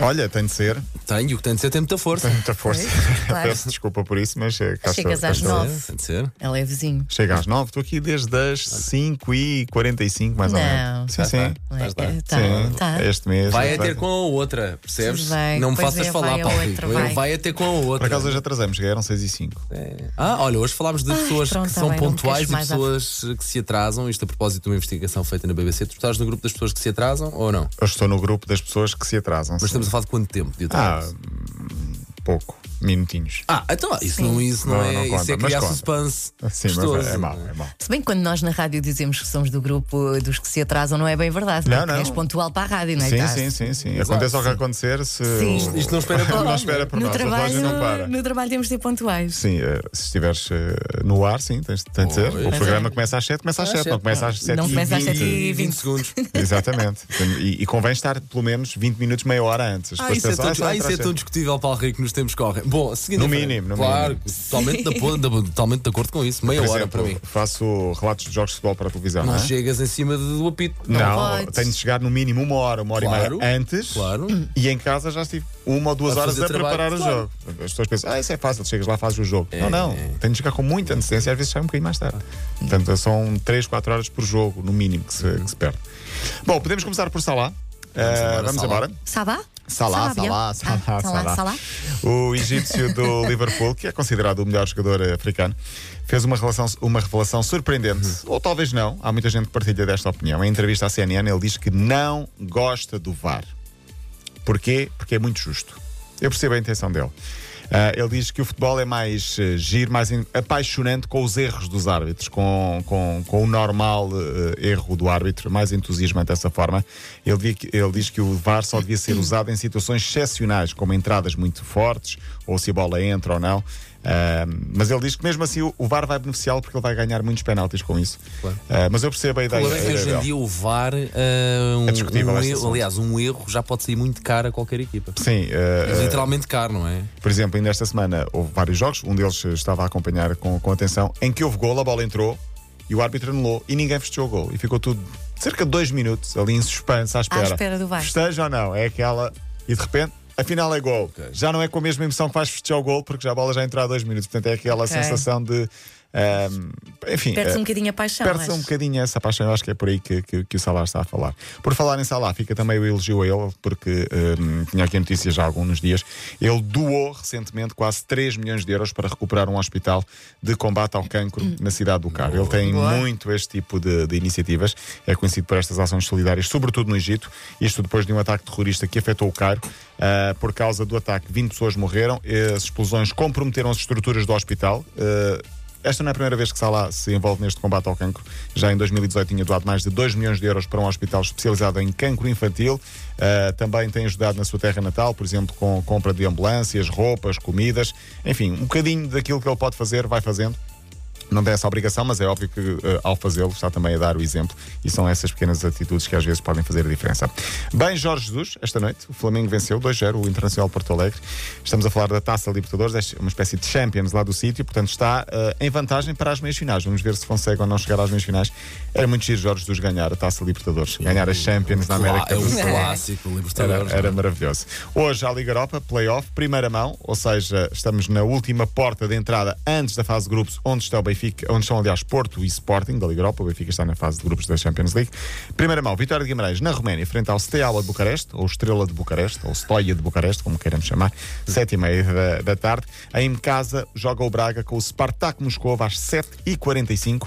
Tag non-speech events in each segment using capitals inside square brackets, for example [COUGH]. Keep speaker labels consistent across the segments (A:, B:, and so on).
A: Olha, tem de ser.
B: Tenho, Tá, o que tem de ser tem muita força.
A: Tem muita força.
C: claro.
A: [LAUGHS] Peço desculpa por isso, mas eh, cá
C: Chegas
A: estou, cá
C: às
A: estou.
C: nove.
B: É, tem de ser.
C: Ela é vizinho.
A: Chega às nove. Estou aqui desde as 5h45, mais ou
C: Não. é? tá.
A: menos. Sim,
B: Tá,
A: sim.
B: tá, estás lá.
C: Está,
A: Sim, É.
C: está.
A: Este mês.
B: Vai a ter com a outra, percebes?
C: Vai,
B: não me
C: pois
B: faças
C: é,
B: falar,
C: vai a
B: Paulo
C: outra,
B: Rico.
C: vai.
B: vai a ter com a outra.
A: Por acaso hoje atrasamos, cheguei, eram 6 e 5
B: É. Ah, olha, hoje falámos de
C: Ai,
B: pessoas
C: pronto,
B: que
C: tá
B: são
C: bem, não me
B: pontuais
C: queixo
B: e
C: mais à
B: pessoas que se atrasam. Isto a propósito de uma investigação feita na BBC. Tu estás no grupo das pessoas que se atrasam ou não?
A: Eu estou no grupo das pessoas que se atrasam.
B: Mas
A: sim.
B: estamos a falar de quanto tempo de
A: Ah,
B: atraso?
A: hum, pouco. Minutinhos.
B: Ah, então isso não, isso não,
A: Não,
B: é.
A: não
B: isso
A: conta,
B: é
A: mas
B: criar
A: conta.
B: suspense.
A: Sim, mas
B: gostoso.
A: é, é mau, é mau.
C: Se bem que quando nós na rádio dizemos que somos do grupo dos que se atrasam, não é bem verdade.
A: Não,
C: é? Porque
A: não.
C: És pontual para a rádio, não é?
A: Sim,
C: Carlos?
A: sim, sim, sim. Aconteça o que acontecer, se.
C: Sim.
A: [LAUGHS] o-
C: Isto-
B: isto não espera por
A: não
B: nós,
A: espera por
C: no
A: nós. a
C: trabalho,
A: relógio não para.
C: no trabalho temos de ser pontuais.
A: Sim, eh, se estiveres eh, no ar, sim, tens, tem de ser.
B: Pois.
A: O
B: Mas
A: programa
C: é.
A: começa às 7, começa às
B: Oh, Às
A: 7, não
B: sete,
A: começa
B: não.
A: às 7
C: Não começa às sete e-
B: 20, 20 segundos.
A: Exatamente. E, e convém estar pelo menos 20 minutos, meia hora antes. As
B: Ah,
A: pessoas
B: isso, é
A: pensam,
B: tão,
A: só
B: ah, isso é
A: entra
B: tão
A: às sete.
B: discutível, Paulo Rico, nos tempos que correm. Bom, seguindo
A: No
B: em frente.
A: mínimo, no
B: Claro,
A: mínimo.
B: totalmente, de acordo- de- totalmente de acordo com isso. Meia
A: Por
B: hora
A: exemplo,
B: para mim.
A: Faço relatos de jogos de futebol para a televisão.
B: Não
A: é?
B: chegas em cima do apito.
A: Não,
C: podes.
A: tenho de chegar no mínimo uma hora, uma hora
B: Claro,
A: e meia antes.
B: claro.
A: E em casa já estive uma ou duas
B: A
A: horas
B: fazer
A: a
B: trabalho,
A: preparar o
B: claro. É,
A: jogo. As pessoas pensam, ah, isso é fácil, chegas lá, fazes o jogo. não, não. Tenho de chegar com muita antecedência, às vezes sai um bocadinho mais tarde. Portanto, são 3, 4 horas por jogo, no mínimo, que se, que se perde. Bom, podemos começar por Salá. Ah,
B: embora,
A: Vamos
B: Salah.
A: embora.
C: Sabá? Sabá,
A: Salah, Salah,
C: Biel?
A: Salah,
C: Ah, Salah, Salah.
A: O egípcio
B: [LAUGHS]
A: do Liverpool, que é considerado o melhor jogador eh, africano, fez uma, relação, uma revelação surpreendente.
B: Uhum.
A: Ou talvez não, há muita gente que partilha desta opinião. Em entrevista à CNN, ele diz que não gosta do VAR. Porquê? Porque é muito justo. Eu percebo a intenção dele. Ah, ele diz que o futebol é mais eh, giro, mais in- apaixonante com os erros dos árbitros, com, com, com o normal eh, erro do árbitro, mais entusiasmante dessa forma. Ele, di- que- ele diz que o VAR só devia ser usado em situações excepcionais, como entradas muito fortes, ou se a bola entra ou não. Ah, mas ele diz que mesmo assim o, o VAR vai beneficiá-lo porque ele vai ganhar muitos penaltis com isso.
B: Claro.
A: Ah, mas eu percebo a ideia.
B: Claro, é que
A: a ideia
B: hoje em
A: dele.
B: dia o VAR eh, um,
A: É discutível
B: um
A: este
B: erro-
A: assunto.
B: aliás, um erro já pode sair muito caro a qualquer equipa.
A: Sim, ah,
B: Literalmente caro, não é?
A: Por exemplo, ainda esta semana houve vários jogos, um deles eh, estava a acompanhar com, com atenção, em que houve gol, a bola entrou e o árbitro anulou e ninguém festejou o gol. E ficou tudo cerca de dois minutos ali em suspense, à espera.
C: espera do VAR.
A: Festeja ou não, é aquela. E de repente, afinal é gol. Já não é com a mesma emoção que vais festejar o gol, porque já a bola já entrou há dois minutos. Portanto, é aquela
C: Ok.
A: sensação de. ahm, enfim.
C: Perdes
A: eh,
C: um bocadinho a paixão.
A: Perde-se
C: acho.
A: um bocadinho essa paixão, eu acho que é por aí que, que, que o Salah está a falar. Por falar em Salah, fica também o elogio a ele, porque hum, tinha aqui a notícia já há alguns dias. Ele doou recentemente quase 3 milhões de euros para recuperar um hospital de combate ao cancro na cidade do Cabo. Ele tem
C: Boa.
A: muito este tipo de, de iniciativas, é conhecido por estas ações solidárias, sobretudo no Egito. Isto depois de um ataque terrorista que afetou o Cairo. Ah, por causa do ataque, 20 pessoas morreram, as explosões comprometeram as estruturas do hospital. Ah, esta não é a primeira vez que Salah se envolve neste combate ao cancro. Já em 2018 tinha doado mais de 2 milhões de euros para um hospital especializado em cancro infantil. Ah, também tem ajudado na sua terra natal, por exemplo, com compra de ambulâncias, roupas, comidas. Enfim, um bocadinho daquilo que ele pode fazer, vai fazendo. Não tem essa obrigação, mas é óbvio que eh, ao fazê-lo está também a dar o exemplo. E são essas pequenas atitudes que às vezes podem fazer a diferença. Bem, Jorge Jesus, esta noite o Flamengo venceu 2-0 o Internacional de Porto Alegre. Estamos a falar da Taça Libertadores, é uma espécie de Champions lá do sítio, portanto está eh, em vantagem para as meias finais. Vamos ver se consegue ou não chegar às meias finais. Era muito giro Jorge Jesus ganhar a Taça Libertadores, ganhar a Champions na América
B: é
A: do
B: um
A: Sul.
B: clássico,
A: Era,
B: Libertadores.
A: era maravilhoso. Hoje a Liga Europa, playoff, primeira mão, ou seja, estamos na última porta de entrada antes da fase de grupos, onde está o Benfica, onde estão, aliás, Porto e Sporting da Liga Europa. O Benfica está na fase de grupos da Champions League. Primeira mão, Vitória de Guimarães na Roménia, frente ao Steaua de Bucareste, ou Estrela de Bucareste, ou Stoia de Bucareste, como queiramos chamar, sete e meia da, da tarde. Em casa joga o Braga com o Spartak Moscova às 7h45.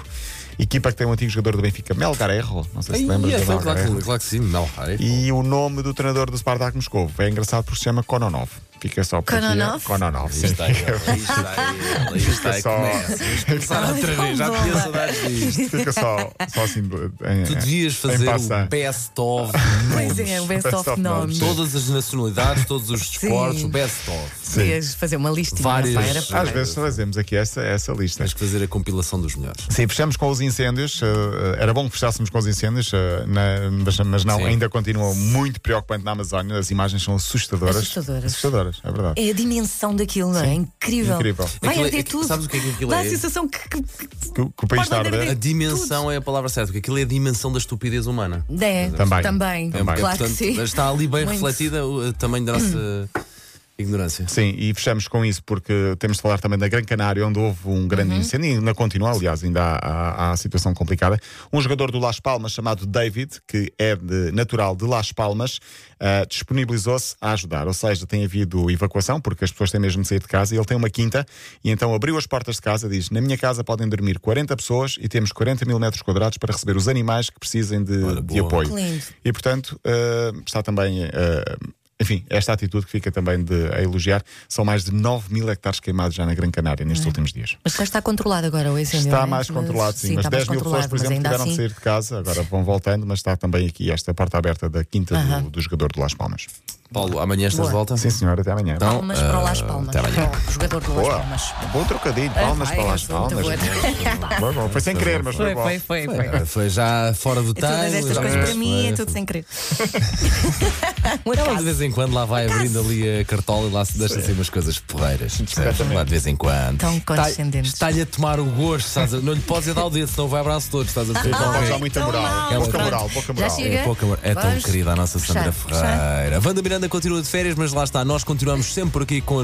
A: Equipa que tem um antigo jogador do Benfica, Melgarejo. Não sei se lembras
B: Ai,
A: do
B: então, claro,
A: Melgarejo.
B: que- claro que sim, não. ai,
A: E o nome do treinador do Spartak Moscovo é engraçado porque se chama Kononov. Fica só por aqui.
C: Kononov?
A: Kononov, é. sim. [LAUGHS]
B: Está aí, está
A: Fica
B: aí, está aí,
A: é só,
B: começa.
A: [LAUGHS]
B: Começar outra vez, já tinha saudades disto.
A: fica só, só assim. em-
B: Tu devias
A: em
B: fazer
A: passant.
B: o best
A: [LAUGHS]
B: of
C: Pois é, o best
A: Best
C: of
A: of
C: nomes.
A: nomes.
B: todas as nacionalidades, todos os desportos, o best of.
A: Sim.
C: Podias fazer uma listinha.
B: Várias.
C: pá, era
A: Às
C: perfeito.
A: vezes fazemos aqui essa, essa lista.
B: Tens que fazer a compilação dos melhores.
A: Sim, fechamos com os incêndios. eh, eh, era bom que fechássemos com os incêndios, eh, na- mas, mas não,
B: Sim.
A: ainda continua muito preocupante na Amazónia. As imagens são assustadoras.
C: Assustadoras.
A: Assustadoras. horas, é verdade.
C: É a dimensão daquilo, não é? Incrível.
A: Incrível.
C: Vai
B: Aquilo é-
C: arder
B: é-
C: tudo.
B: sabes o que é que aquilo
C: Dá
B: é?
C: a sensação que. que, que-
A: Que, que o país
C: Pode
A: está a
C: haver
A: arder.
B: A dimensão é a palavra certa, porque aquilo é a dimensão da estupidez humana. um
C: É,
A: Também.
C: Também.
A: Também.
C: Claro
B: Portanto,
C: que sim.
B: Está ali bem
C: Muito.
B: refletida o o tamanho
C: [CLEARS THROAT]
B: da nossa ignorância.
A: Sim, e fechamos com isso porque temos de falar também da Gran Canária, onde houve um
B: Uhum.
A: grande incêndio, e ainda continua, aliás, ainda há, há- há situação complicada. Um jogador do Las Palmas chamado David, que é de- natural de Las Palmas, ah, disponibilizou-se a ajudar. Ou seja, tem havido evacuação, porque as pessoas têm mesmo de sair de casa, e ele tem uma quinta, e então abriu as portas de casa, diz: Na minha casa podem dormir 40 pessoas e temos 40 mil metros quadrados para receber os animais que precisem de,
B: Ora,
A: de
B: boa.
A: apoio.
C: Que lindo.
A: E portanto, eh, está também. eh, enfim, esta atitude que fica também de, a elogiar. São mais de 9 mil hectares queimados já na Gran Canária
C: É.
A: nestes últimos dias.
C: Mas já está controlado agora o incêndio. não
A: Está
C: é?
A: mais
C: Mas-
A: controlado, sim. mas
C: está mais
A: 10 mil pessoas,
C: controlado,
A: por
C: mas
A: exemplo,
C: ainda
A: tiveram de
C: assim-
A: sair de casa, agora vão voltando, mas está também aqui esta porta aberta da quinta do- do, jogador de Las Palmas.
B: Paulo, amanhã estás
C: Boa.
B: de volta?
A: Sim, senhora, até amanhã.
B: Então,
C: Palmas para o Las
B: ah,
C: Palmas.
B: até amanhã.
C: Para o jogador do Las
A: Boa. Um
C: Palmas.
A: Bom trocadilho, palmas
C: vai,
A: para Las
C: sou muito
A: Palmas. Boa, boa. Foi sem querer, mas foi, bom.
C: foi,
B: Foi, eh, foi já fora do time.
C: Todas [LAUGHS] estas
B: já
C: coisas para mim é
B: foi-
C: tudo sem
A: [LAUGHS]
C: querer.
B: Ela Então, de vez em quando lá vai abrindo ali a cartola e lá se deixa assim umas coisas porreiras. percebes? Lá de vez em quando.
C: Tão
B: Está-
C: condescendentes.
B: Está-lhe a tomar o gosto, estás a- não lhe podes ir dar o dedo, senão vai abraço todos, estás a perceber?
A: Não,
B: Então,
A: já
B: é-
A: muita
C: tão
A: moral,
C: mal.
A: pouca
B: Pronto.
A: moral, pouca
C: Já
A: moral.
C: chega.
B: É, pouca- é tão
C: Vamos
B: querida a nossa Sandra
C: puxar, puxar.
B: Ferreira. Wanda Miranda continua de férias, mas lá está. Nós continuamos sempre por aqui com as